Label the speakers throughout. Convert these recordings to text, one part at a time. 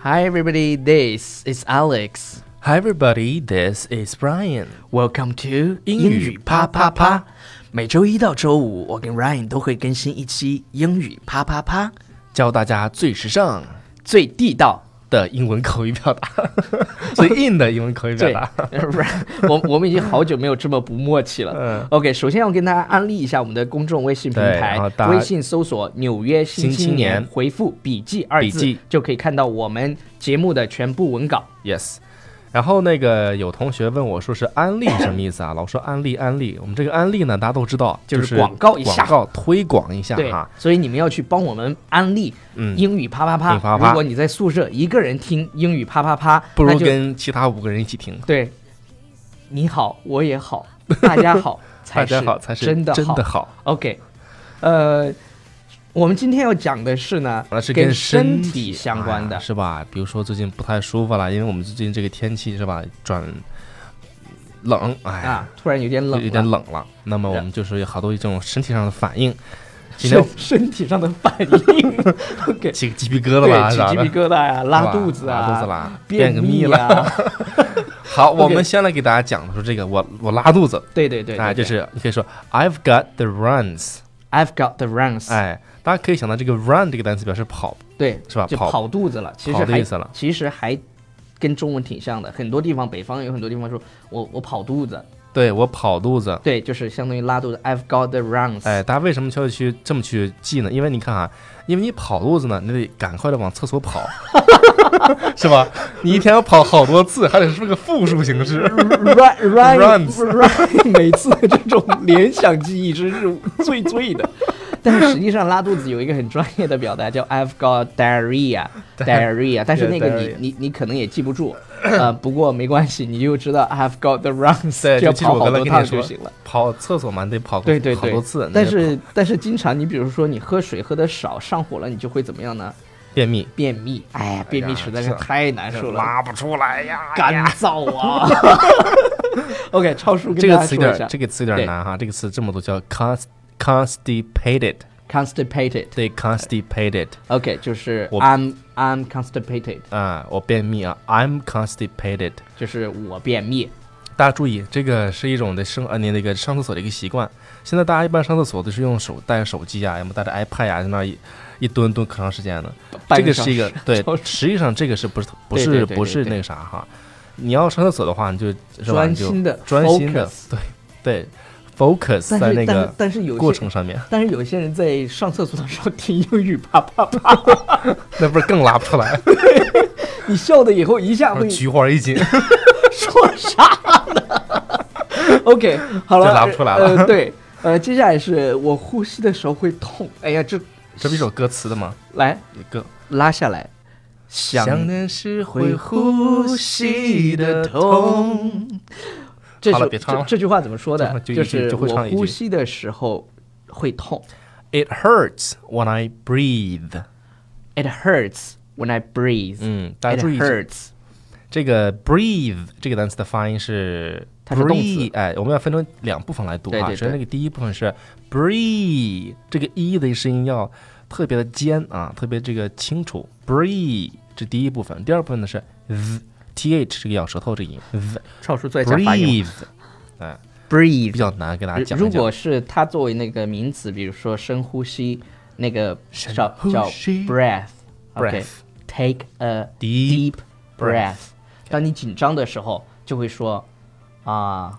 Speaker 1: Hi everybody, this is Alex.
Speaker 2: Hi everybody, this is Brian。
Speaker 1: Welcome to
Speaker 2: 英语啪啪啪。
Speaker 1: 每周一到周五，我跟 Ryan 都会更新一期英语啪啪啪，
Speaker 2: 教大家最时尚
Speaker 1: 最地道。
Speaker 2: 的英文口语表 达，最硬的英文口语表
Speaker 1: 对
Speaker 2: 达。
Speaker 1: ，Ryan，我我们已经好久没有这么不默契了。
Speaker 2: 嗯
Speaker 1: OK，首先要跟大家安利一下我们的公众微信平
Speaker 2: 对
Speaker 1: 台
Speaker 2: 然后，大家
Speaker 1: 微信搜索“纽约新
Speaker 2: 新青
Speaker 1: 年
Speaker 2: 年”，
Speaker 1: 回复“笔记”二
Speaker 2: 笔
Speaker 1: 字
Speaker 2: 记，
Speaker 1: 就可以看到我们节目的全部文稿。
Speaker 2: Yes。然后那个有同学问我说是安利什么意思啊？老说安利安利，我们这个安利呢，大家都知道，
Speaker 1: 就是
Speaker 2: 是
Speaker 1: 广告一下
Speaker 2: 广告推广一下
Speaker 1: 对
Speaker 2: 哈。，
Speaker 1: 所以你们要去帮我们安利
Speaker 2: 嗯，
Speaker 1: 英语啪啪啪。
Speaker 2: 英语啪啪啪
Speaker 1: 如果你在宿舍一个人听英语啪啪啪，
Speaker 2: 不
Speaker 1: 那
Speaker 2: 如
Speaker 1: 就
Speaker 2: 跟其他五个人一起听，
Speaker 1: 对，你好，我也好， 大家 好才
Speaker 2: 大
Speaker 1: 是
Speaker 2: 家好才是
Speaker 1: 真的
Speaker 2: 真
Speaker 1: 好。
Speaker 2: 的好。
Speaker 1: OK，呃，我们今天要讲的是呢，
Speaker 2: 那是
Speaker 1: 跟
Speaker 2: 身
Speaker 1: 体相关的
Speaker 2: 啊，是吧？比如说最近不太舒服了，因为我们最近这个天气是吧，转冷，哎呀，
Speaker 1: 啊，突然有点冷
Speaker 2: 有点
Speaker 1: 了。
Speaker 2: 冷了。那么我们就是有好多这种身体上的反应，今天
Speaker 1: 身身体上的反 应，OK，
Speaker 2: 起个鸡皮疙瘩
Speaker 1: 对，
Speaker 2: 啦，
Speaker 1: 起
Speaker 2: 啥
Speaker 1: 鸡
Speaker 2: 的
Speaker 1: 皮，疙瘩呀，
Speaker 2: 是
Speaker 1: 拉
Speaker 2: 吧
Speaker 1: 肚子啊，
Speaker 2: 拉肚子啦，
Speaker 1: 便
Speaker 2: 便个秘了。
Speaker 1: 啊，
Speaker 2: 好，我
Speaker 1: OK
Speaker 2: 们先来给大家讲说这个，我我拉肚子，
Speaker 1: 对对 对，
Speaker 2: 哎，
Speaker 1: 对
Speaker 2: 就
Speaker 1: 对
Speaker 2: 是你可以说 I've got the runs，
Speaker 1: I've got the runs，
Speaker 2: 哎，大家可以想到这个 run 这个单词表示跑，
Speaker 1: 对，
Speaker 2: 是吧
Speaker 1: 就
Speaker 2: 跑
Speaker 1: 跑肚子了，其实
Speaker 2: 跑的
Speaker 1: 还
Speaker 2: 意思了
Speaker 1: 其实还跟中文挺像的，很多地方北方有很多地方说我我跑肚子，
Speaker 2: 对我跑肚子。
Speaker 1: 对，就是相当于拉肚子。I've got the runs，
Speaker 2: 哎，大家为什么就要去这么去记呢？因为你看啊，因为你跑肚子呢，你得赶快的往厕所跑， 是吧？你一天要跑好多次，还得是个复数形式。
Speaker 1: 嗯，run run
Speaker 2: Runs
Speaker 1: run，每次的这种联想记忆真是最最的。 但是实际上拉肚子有一个很专业的表达叫 I've got diarrhea diarrhea，但是那个
Speaker 2: diarrhea
Speaker 1: 你你你可能也记不住，呃，不过没关系，你就知道 I've got the runs，
Speaker 2: 对
Speaker 1: 就要
Speaker 2: 就记住
Speaker 1: 跑
Speaker 2: 我
Speaker 1: 好
Speaker 2: 刚才
Speaker 1: 多
Speaker 2: 跟你
Speaker 1: 趟
Speaker 2: 说
Speaker 1: 就行了。
Speaker 2: 跑厕所嘛，你得跑个
Speaker 1: 对对
Speaker 2: 好
Speaker 1: 对
Speaker 2: 多次，，
Speaker 1: 但
Speaker 2: 你得
Speaker 1: 是但是经常你比如说你喝水喝的少，上火了，你就会怎么样呢？
Speaker 2: 便秘
Speaker 1: 便秘，哎呀，便秘
Speaker 2: 呀
Speaker 1: 实在是
Speaker 2: 是
Speaker 1: 太难受了，
Speaker 2: 拉不出来呀，
Speaker 1: 干燥啊。OK，超 叔
Speaker 2: 这
Speaker 1: 跟大
Speaker 2: 个
Speaker 1: 家
Speaker 2: 词有
Speaker 1: 说一下
Speaker 2: 点，这个词有点难哈，这个词这么多叫 const constipated，
Speaker 1: constipated。
Speaker 2: 对 constipated
Speaker 1: OK，就是
Speaker 2: 我
Speaker 1: I'm I'm constipated，
Speaker 2: 啊，我便秘啊，I'm constipated。
Speaker 1: 就是我便秘。
Speaker 2: 大家注意，这个是一种的生呃，你那个上厕所的一个习惯。现在大家一般上厕所都是用手带着手机啊，要么带着 iPad 啊，在那一一蹲蹲可长时间的。
Speaker 1: 半
Speaker 2: 这个
Speaker 1: 小
Speaker 2: 是一个
Speaker 1: 时
Speaker 2: 对
Speaker 1: 超，
Speaker 2: 实际上这个是不是不
Speaker 1: 对对
Speaker 2: 是
Speaker 1: 对对
Speaker 2: 不是
Speaker 1: 对
Speaker 2: 那个啥哈？你要上厕所的话，你就是吧
Speaker 1: 专
Speaker 2: 你就
Speaker 1: 心的
Speaker 2: 专心的
Speaker 1: focus，
Speaker 2: 对对 focus
Speaker 1: 但
Speaker 2: 在
Speaker 1: 是
Speaker 2: 那
Speaker 1: 但是
Speaker 2: 个
Speaker 1: 但是有些
Speaker 2: 过程，上面，
Speaker 1: 但是有些人在上厕所的时候听英语啪啪啪，
Speaker 2: 那不是更拉不出 来？
Speaker 1: 你笑的以后一 下会
Speaker 2: 菊花一紧，
Speaker 1: 说啥呢？OK，好了，
Speaker 2: 这拉不出来了
Speaker 1: 呃，对，呃，接下来是我呼吸的时候会痛。哎呀，这
Speaker 2: 这不是一首歌词的吗？
Speaker 1: 来
Speaker 2: 一个
Speaker 1: 拉下来，想
Speaker 2: 念是
Speaker 1: 会呼吸的痛。。这
Speaker 2: 好了
Speaker 1: 首
Speaker 2: 别唱了
Speaker 1: 这这句话怎么说的？
Speaker 2: 就就一句
Speaker 1: 是
Speaker 2: 就会
Speaker 1: 我
Speaker 2: 唱一句
Speaker 1: 呼吸的时候会痛。
Speaker 2: It hurts when I breathe。
Speaker 1: It hurts when I breathe.
Speaker 2: 嗯，大
Speaker 1: It
Speaker 2: 家注意这
Speaker 1: hurts.
Speaker 2: 这个 breathe 这个单词的发音是
Speaker 1: 它是动词
Speaker 2: breathe，哎，我们要分成两部分来读
Speaker 1: 对
Speaker 2: 啊。
Speaker 1: 对
Speaker 2: 首先，
Speaker 1: 对
Speaker 2: 那个第一部分是 breathe，这个 e 的声音要特别的尖啊，特别这个清楚。breathe 这第一部分，第二部分呢是 th，th 这个咬舌头这个音。
Speaker 1: 超叔最
Speaker 2: breathe，哎，比
Speaker 1: Breathe.
Speaker 2: 较难给大啊家讲一
Speaker 1: 如
Speaker 2: 讲。
Speaker 1: 果是它作为那个名词，比如说深呼吸，那个
Speaker 2: 深
Speaker 1: 叫
Speaker 2: 呼
Speaker 1: 叫
Speaker 2: 吸
Speaker 1: breath。OK.
Speaker 2: Breath
Speaker 1: Take a
Speaker 2: Deep
Speaker 1: deep breath. 当你紧张的时候，就会说啊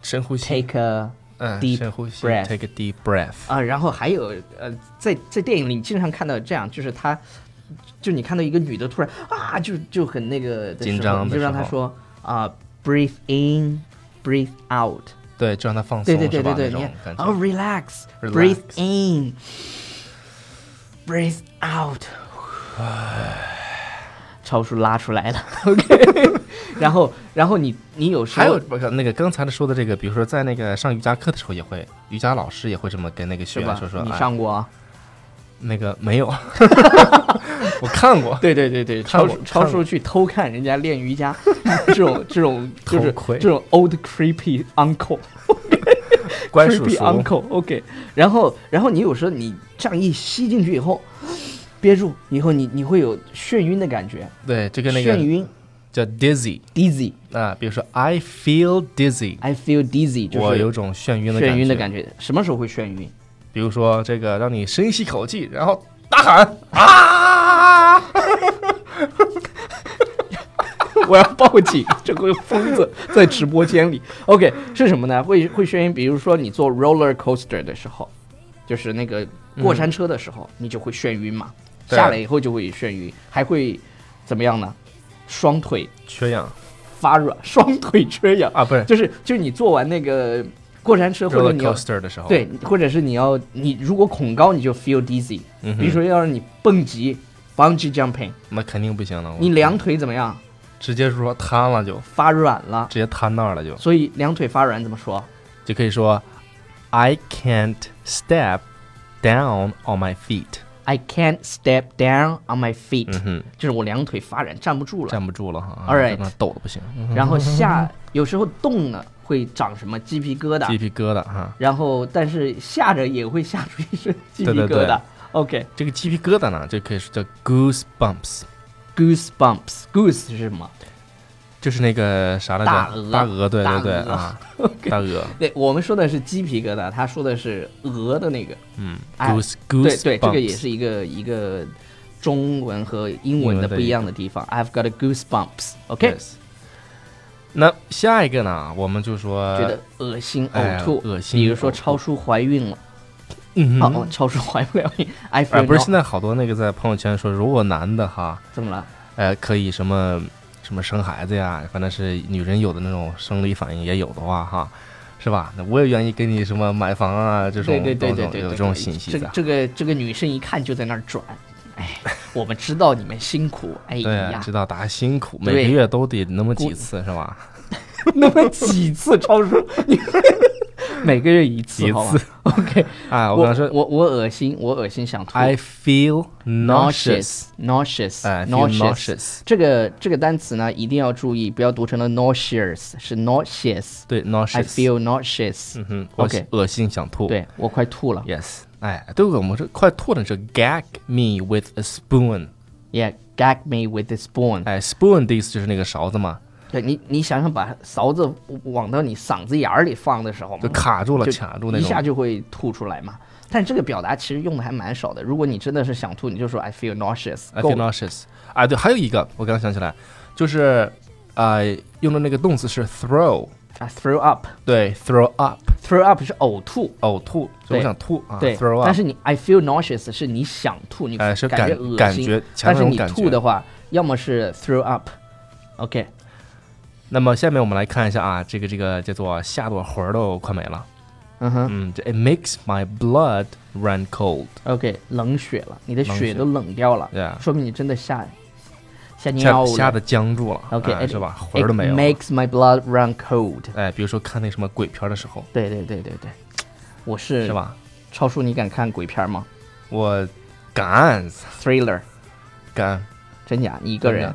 Speaker 2: 深呼吸，
Speaker 1: ，take a
Speaker 2: 嗯，
Speaker 1: deep
Speaker 2: 深呼吸
Speaker 1: breath
Speaker 2: ，take a deep breath。
Speaker 1: 啊，然后还有呃，在在电影里经常看到这样，就是他，就你看到一个女的突然啊，就就很那个的时候
Speaker 2: 紧张
Speaker 1: 你
Speaker 2: 的
Speaker 1: 就让
Speaker 2: 时
Speaker 1: 她
Speaker 2: 候
Speaker 1: 说啊，breathe in，breathe out，
Speaker 2: 对，就让它放松，
Speaker 1: 对对对
Speaker 2: 是吧
Speaker 1: 对对，
Speaker 2: 那
Speaker 1: 你
Speaker 2: 种
Speaker 1: 看
Speaker 2: 感，
Speaker 1: 哦
Speaker 2: 觉。
Speaker 1: ，relax，breathe
Speaker 2: Relax
Speaker 1: in，breathe out，超叔拉出 来了，OK，然后然后你你有时
Speaker 2: 还有
Speaker 1: 候
Speaker 2: 不是那个刚才说的这个，比如说在那个上瑜伽课的时候，也会瑜伽老师也会这么跟那个学
Speaker 1: 是
Speaker 2: 员
Speaker 1: 吧
Speaker 2: 说说，
Speaker 1: 你
Speaker 2: 哎
Speaker 1: 上过啊。
Speaker 2: 那个没有， 我看过，
Speaker 1: 对对对对，
Speaker 2: 看
Speaker 1: 超
Speaker 2: 过
Speaker 1: 叔超
Speaker 2: 看
Speaker 1: 叔
Speaker 2: 过
Speaker 1: 去偷看人家练瑜 伽，这种这种就是
Speaker 2: 偷窥
Speaker 1: 这种 old creepy uncle
Speaker 2: 乖叔
Speaker 1: creepy
Speaker 2: 叔，
Speaker 1: uncle OK，然后然后你有时候你这样一吸进去以后，憋住，以后你你会有眩晕的感觉，
Speaker 2: 对，这跟那
Speaker 1: 眩
Speaker 2: 个
Speaker 1: 晕
Speaker 2: 叫 dizzy
Speaker 1: dizzy，I
Speaker 2: 啊，比如说 I feel dizzy，
Speaker 1: feel dizzy，就
Speaker 2: 我
Speaker 1: 是
Speaker 2: 有种眩晕的
Speaker 1: 眩晕的
Speaker 2: 感
Speaker 1: 感觉。什么时候会眩晕？
Speaker 2: 觉。比如说这个，让你深吸口气，然后大喊啊！
Speaker 1: 我要报警，这个疯子在直播间里。OK，是什么呢？会会眩晕，比如说你坐 roller coaster 的时候，就是那个过山车的时候，你就会眩晕嘛。
Speaker 2: 嗯对
Speaker 1: 下来以后就会眩晕，还会怎么样呢？双腿
Speaker 2: 缺氧
Speaker 1: 发软， 双腿缺氧，
Speaker 2: 啊，不是
Speaker 1: 就是就是你坐完那个过山车或者
Speaker 2: roller
Speaker 1: 你要
Speaker 2: coaster 的时候，，
Speaker 1: 对，或者是你要你如果恐高你就 feel dizzy，、
Speaker 2: 嗯哼
Speaker 1: 比如说要让你蹦极 bungee jumping，
Speaker 2: 那肯定不行了。我
Speaker 1: 你两腿怎么样？
Speaker 2: 直接说瘫了就，
Speaker 1: 发软了，
Speaker 2: 直接瘫那儿了就，
Speaker 1: 所以两腿发软怎么说？
Speaker 2: 就可以说 I can't step down on my feet。
Speaker 1: I can't step down on my feet，、
Speaker 2: 嗯哼，
Speaker 1: 就是我两腿发软，站不住了。
Speaker 2: 站不住了哈。啊
Speaker 1: All right
Speaker 2: 在那抖的不行，嗯
Speaker 1: 然后下有时候动了会长什么鸡皮疙
Speaker 2: 嗯鸡
Speaker 1: 瘩，
Speaker 2: 皮疙瘩哈。
Speaker 1: 然后但是吓着也会吓出一身鸡皮
Speaker 2: 对
Speaker 1: 疙瘩。
Speaker 2: 对对
Speaker 1: OK，goosebumps，goose、
Speaker 2: 这个鸡皮疙瘩呢，就可以说叫 goose bumps，
Speaker 1: goose 是什么？
Speaker 2: 就是那个啥来着？
Speaker 1: 大鹅
Speaker 2: 大鹅，对
Speaker 1: 大
Speaker 2: 对对
Speaker 1: 鹅
Speaker 2: 啊，大鹅，
Speaker 1: 对，我们说的是鸡皮疙瘩，他说的是鹅的那个。
Speaker 2: 嗯
Speaker 1: 哎
Speaker 2: ，goose
Speaker 1: 对
Speaker 2: goose，
Speaker 1: 对，这个
Speaker 2: bumps
Speaker 1: 也是一个一个中文和英
Speaker 2: 英
Speaker 1: 文
Speaker 2: 文
Speaker 1: 的
Speaker 2: 的
Speaker 1: 不一
Speaker 2: 一
Speaker 1: 样的地方。I've got a goosebumps。OK，、
Speaker 2: Yes 那下一个呢，我们就说
Speaker 1: 觉得恶心、
Speaker 2: 哎
Speaker 1: 呕吐，
Speaker 2: 恶心
Speaker 1: 比如说
Speaker 2: 呕吐
Speaker 1: 超叔怀孕了，
Speaker 2: 嗯
Speaker 1: 哦
Speaker 2: 哼，
Speaker 1: 哦，超叔怀不了孕。I
Speaker 2: 哎，
Speaker 1: feel
Speaker 2: 不是
Speaker 1: not-
Speaker 2: 现在好多那个在朋友圈说，如果男的哈，
Speaker 1: 怎么了？
Speaker 2: 呃，可以什么什么生孩子呀，反正是女人有的那种生理反应也有的话哈，是吧？那我也愿意给你什么买房啊，这种
Speaker 1: 对对对
Speaker 2: 这
Speaker 1: 对
Speaker 2: 种
Speaker 1: 对，
Speaker 2: 有
Speaker 1: 对
Speaker 2: 这种
Speaker 1: 对
Speaker 2: 信息
Speaker 1: 这
Speaker 2: 的
Speaker 1: 个，这个这个女生一看就在那儿转，哎， 我们知道你们辛苦，哎
Speaker 2: 对，啊
Speaker 1: 呀
Speaker 2: 知，道大家辛苦，每
Speaker 1: 对
Speaker 2: 个月都得那么
Speaker 1: 故
Speaker 2: 几次是吧？
Speaker 1: 那么几次超叔，你 每个月一次，
Speaker 2: 几
Speaker 1: 好吧
Speaker 2: 次
Speaker 1: OK，
Speaker 2: 啊，我
Speaker 1: 我
Speaker 2: 刚说
Speaker 1: 我我恶心，我恶心想吐。
Speaker 2: I feel nauseous，
Speaker 1: nauseous，
Speaker 2: 哎
Speaker 1: n a u
Speaker 2: ，feel
Speaker 1: s e o u s
Speaker 2: nauseous，
Speaker 1: 这个这个单词呢，一定要注意，不要读成了 nauseous，是 nauseous。
Speaker 2: 对 nauseous。
Speaker 1: I feel nauseous。
Speaker 2: 嗯哼，我
Speaker 1: OK
Speaker 2: 恶心想吐。
Speaker 1: 对我快吐了。
Speaker 2: ，yes，哎，对我们是快吐了，是 gag me with a spoon。
Speaker 1: Yeah，gag me with a spoon。
Speaker 2: 哎，spoon 的意思就是那个勺子嘛，
Speaker 1: 对你，你想想把勺子往到你嗓子眼儿里放的时候嘛，
Speaker 2: 就卡住了，
Speaker 1: 就
Speaker 2: 卡住那
Speaker 1: 一
Speaker 2: 种。
Speaker 1: 下就会吐出来嘛。但这个表达其实用的还蛮少的。如果你真的是想吐，你就说 I feel nauseous。
Speaker 2: I
Speaker 1: 够
Speaker 2: feel
Speaker 1: 了。
Speaker 2: nauseous。啊，对，还有一个，我刚想起来，就是呃，用的那个动词是 throw，
Speaker 1: I throw up。
Speaker 2: 对，throw up，
Speaker 1: Throw up 是呕吐。
Speaker 2: 呕吐，就
Speaker 1: 对
Speaker 2: 我想吐啊
Speaker 1: 对
Speaker 2: ，throw，
Speaker 1: 但
Speaker 2: up
Speaker 1: 是。你 I feel nauseous 是你想吐，你
Speaker 2: 哎是感
Speaker 1: 觉恶
Speaker 2: 感
Speaker 1: 心，
Speaker 2: 觉强
Speaker 1: 但
Speaker 2: 烈
Speaker 1: 是
Speaker 2: 那种
Speaker 1: 你
Speaker 2: 感
Speaker 1: 吐
Speaker 2: 觉
Speaker 1: 的话，要么是 throw up，OK，、
Speaker 2: 那么下面我们来看一下啊，这个这个叫做吓得我魂儿都快没了。
Speaker 1: 嗯哼
Speaker 2: 嗯，这 it makes my blood run cold。
Speaker 1: ，OK，冷血了，你的
Speaker 2: 冷
Speaker 1: 血
Speaker 2: 血
Speaker 1: 都冷掉了，
Speaker 2: Yeah
Speaker 1: 说明你真的吓吓尿
Speaker 2: 吓
Speaker 1: 了，
Speaker 2: 吓得僵住了
Speaker 1: OK，
Speaker 2: 哎
Speaker 1: it-
Speaker 2: 是吧？魂儿都没
Speaker 1: It
Speaker 2: 有了。
Speaker 1: makes my blood run cold。
Speaker 2: 哎，比如说看那什么鬼片儿的时候，
Speaker 1: 对对对对对，我是
Speaker 2: 是？吧？
Speaker 1: 超叔，你敢看鬼片吗
Speaker 2: 我敢
Speaker 1: ？Thriller，
Speaker 2: 敢
Speaker 1: 真假？你一个人
Speaker 2: 真？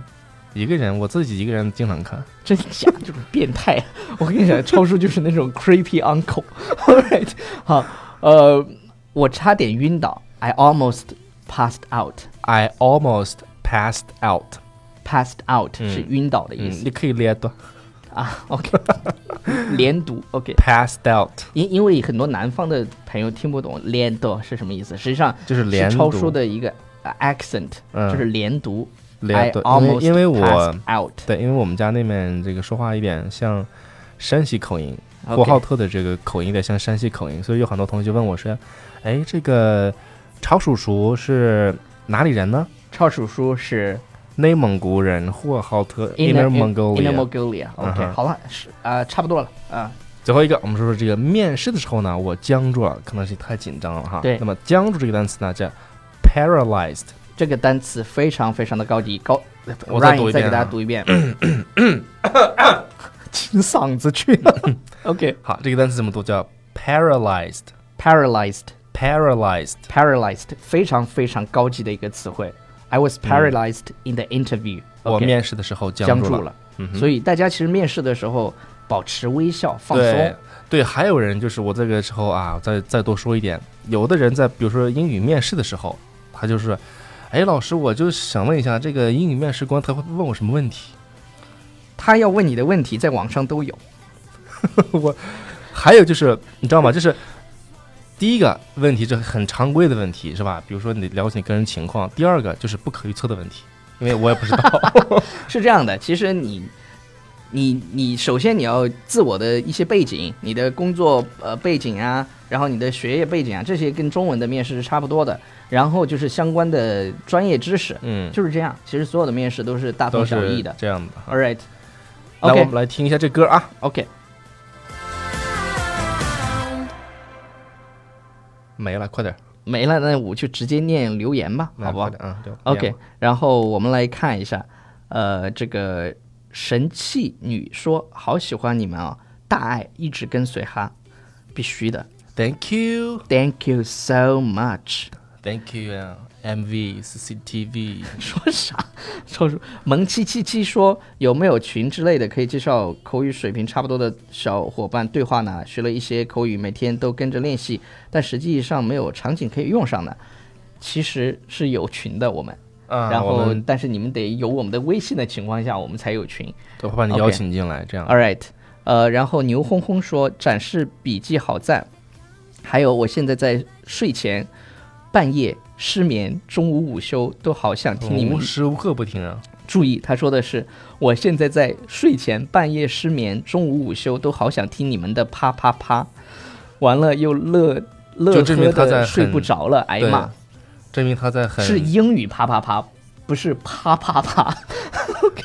Speaker 2: 一个人，我自己一个人经常看。
Speaker 1: 真假这种变态， 我跟你讲，超叔就是那种 creepy uncle。All right，好，呃，我差点晕倒，I almost passed out。
Speaker 2: I almost passed out。
Speaker 1: passed out、
Speaker 2: 嗯
Speaker 1: 是晕倒的意
Speaker 2: 嗯，
Speaker 1: 思、
Speaker 2: 你可以连读
Speaker 1: 啊。OK，连读 OK，
Speaker 2: passed out，
Speaker 1: 因因为很多南方的朋友听不懂连读是什么意思，实际上
Speaker 2: 就是连读
Speaker 1: 超叔的一个呃 accent，、
Speaker 2: 嗯
Speaker 1: 就是连读。
Speaker 2: 连读
Speaker 1: I almost
Speaker 2: 因为因为我
Speaker 1: passed out。
Speaker 2: 对，因为我们家那边这个说话有点像山西口音，
Speaker 1: OK
Speaker 2: 呼和浩特的这个口音有点像山西口音，所以有很多同学问我说，哎，这个超叔叔是哪里人呢？
Speaker 1: 超叔叔是
Speaker 2: 内蒙古人，呼和浩特
Speaker 1: inner
Speaker 2: （Inner
Speaker 1: Inner
Speaker 2: Mongolia）。
Speaker 1: Mongolia。OK，、
Speaker 2: 嗯哼
Speaker 1: 好了，是啊、差不多了啊、
Speaker 2: 最后一个，我们说说这个面试的时候呢，我僵住了，可能是太紧张了哈。
Speaker 1: 对
Speaker 2: 那么僵住这个单词呢叫 paralyzed。
Speaker 1: 这个单词非常非常的高级，高。
Speaker 2: 我再
Speaker 1: Ryan，
Speaker 2: 读一遍啊
Speaker 1: 再给大家读一遍。 清嗓子 去了。OK，paralyzed，paralyzed、
Speaker 2: 好，这个单词怎么读？叫 paralyzed。paralyzed。
Speaker 1: paralyzed，非常非常高级的一个词汇。I was paralyzed in the interview，、
Speaker 2: 嗯我面试的时候
Speaker 1: 僵
Speaker 2: 住嗯
Speaker 1: 住了。所以大家其实面试的时候保持微笑，放
Speaker 2: 对
Speaker 1: 松。
Speaker 2: 对，还有人就是我这个时候啊，再再多说一点，有的人在比如说英语面试的时候，他就是，哎哎，老师，我就想问一下，这个英语面试官他会问我什么问题？
Speaker 1: 他要问你的问题，在网上都有。
Speaker 2: 还有就是，你知道吗？就是第一个问题，这很常规的问题是吧？比如说你了解你个人情况。第二个就是不可预测的问题，因为我也 不知道。
Speaker 1: 是这样的，其实你，你，你首先你要自我的一些背景，你的工作呃背景啊，然后你的学业背景啊，这些跟中文的面试是差不多的。然后就是相关的专业知识，
Speaker 2: 嗯，
Speaker 1: 就是这样。其实所有的面试都是大
Speaker 2: 都
Speaker 1: 同小
Speaker 2: 是
Speaker 1: 异的。
Speaker 2: 这样的。
Speaker 1: All right，
Speaker 2: 来，我
Speaker 1: OK
Speaker 2: 们来听一下这歌啊。
Speaker 1: OK，
Speaker 2: 没了，快点，
Speaker 1: 没了，那我就直接念留言吧，
Speaker 2: 来
Speaker 1: 好不好
Speaker 2: 快？点啊对
Speaker 1: OK，
Speaker 2: 连
Speaker 1: 然后我们来看一下，呃，这个神器女说好喜欢你们啊、大爱一直跟随哈，必须的
Speaker 2: ，Thank you，Thank
Speaker 1: ，Thank you so much。
Speaker 2: you 啊，MV、CCTV，
Speaker 1: 说啥？ 说说萌七七七说有没有群之类的可以介绍口语水平差不多的小伙伴对话呢？学了一些口语，每天都跟着练习，但实际上没有场景可以用上呢。其实是有群的，我们，
Speaker 2: 啊，
Speaker 1: 然
Speaker 2: 我
Speaker 1: 后
Speaker 2: 们
Speaker 1: 但是你们得有我们的微信的情况下，我们才有群。
Speaker 2: 都会把你
Speaker 1: OK
Speaker 2: 邀请进来，这样。
Speaker 1: All right，呃，然后牛轰轰说展示笔记好赞，还有我现在在睡前、半夜失眠、中午午休都好想听你
Speaker 2: 我
Speaker 1: 们
Speaker 2: 无。时无刻不听啊，
Speaker 1: 注意，他说的是我现在在睡前、半夜失眠、中午午休都好想听你们的啪啪啪，完了又乐乐
Speaker 2: 就证明
Speaker 1: 呵
Speaker 2: 他在
Speaker 1: 的睡
Speaker 2: 很
Speaker 1: 不着了，挨
Speaker 2: 对
Speaker 1: 骂
Speaker 2: 证明他在很
Speaker 1: 哎是英语啪啪啪，不是啪啪啪。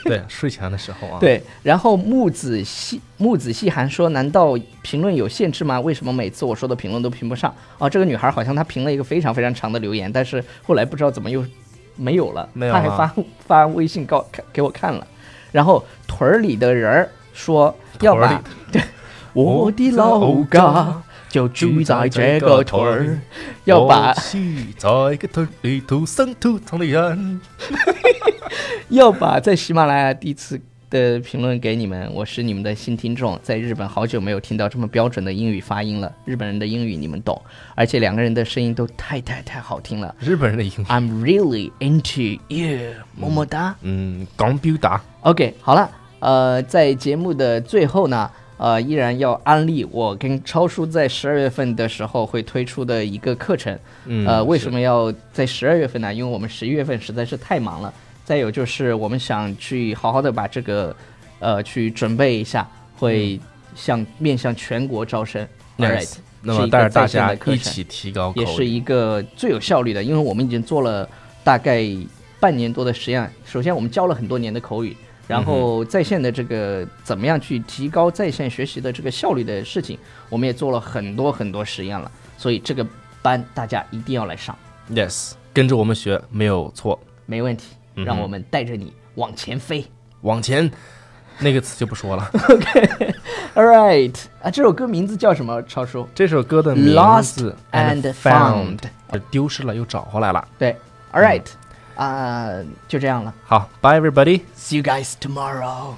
Speaker 2: 对睡前的时候啊，，
Speaker 1: 对，然后木子细木子细寒说：“难道评论有限制吗？为什么每次我说的评论都评不上？”哦，这个女孩好像她评了一个非常非常长的留言，但是后来不知道怎么又没有了，
Speaker 2: 没有
Speaker 1: 她还
Speaker 2: 了
Speaker 1: 发发微信告看给我看了。然后屯儿里的人儿说：“要
Speaker 2: 屯儿里
Speaker 1: 把 对我的老家就住在这个屯儿，要把
Speaker 2: 我是在一个屯里土生土长的人。
Speaker 1: 要把在喜马拉雅第一次的评论给你们，我是你们的新听众，在日本好久没有听到这么标准的英语发音了。日本人的英语你们懂，而且两个人的声音都太太太好听了。
Speaker 2: 日本人的英语，
Speaker 1: I'm really into you，么么哒。
Speaker 2: 嗯，港表达，
Speaker 1: OK，好了，呃，在节目的最后呢，呃，依然要安利我跟超叔在十二月份的时候会推出的一个课程。
Speaker 2: 嗯，
Speaker 1: 呃，为
Speaker 2: 是
Speaker 1: 什么要在十二月份呢？因为我们十一月份实在是太忙了。再有就是我们想去好好的把这个，呃，去准备一下，会向面向全国招生。All
Speaker 2: 嗯 Nice
Speaker 1: right，
Speaker 2: 那
Speaker 1: 是
Speaker 2: 么
Speaker 1: 一
Speaker 2: 带
Speaker 1: 个
Speaker 2: 着大
Speaker 1: 在线
Speaker 2: 家
Speaker 1: 的课
Speaker 2: 一
Speaker 1: 程
Speaker 2: 起提高口
Speaker 1: 也是
Speaker 2: 语，
Speaker 1: 一个最有效率的，因为我们已经做了大概半年多的实验。首先，我们教了很多年的口语，
Speaker 2: 嗯
Speaker 1: 然后在线的这个怎么样去提高在线学习的这个效率的事情，我们也做了很多很多实验了。所以这个班大家一定要来上。
Speaker 2: yes，跟着我们学没有错，
Speaker 1: 没问题，
Speaker 2: 嗯哼
Speaker 1: 让我们带着你往前飞。
Speaker 2: 往前那个词就不说了。
Speaker 1: All right，啊，这首歌名字叫什么？超叔
Speaker 2: 这首歌的名
Speaker 1: Lost
Speaker 2: 字
Speaker 1: and
Speaker 2: Found
Speaker 1: Found
Speaker 2: 丢失了又找回来了。
Speaker 1: 对，All
Speaker 2: 嗯
Speaker 1: right，啊、就这样了。
Speaker 2: 好，Bye everybody。
Speaker 1: See you guys tomorrow.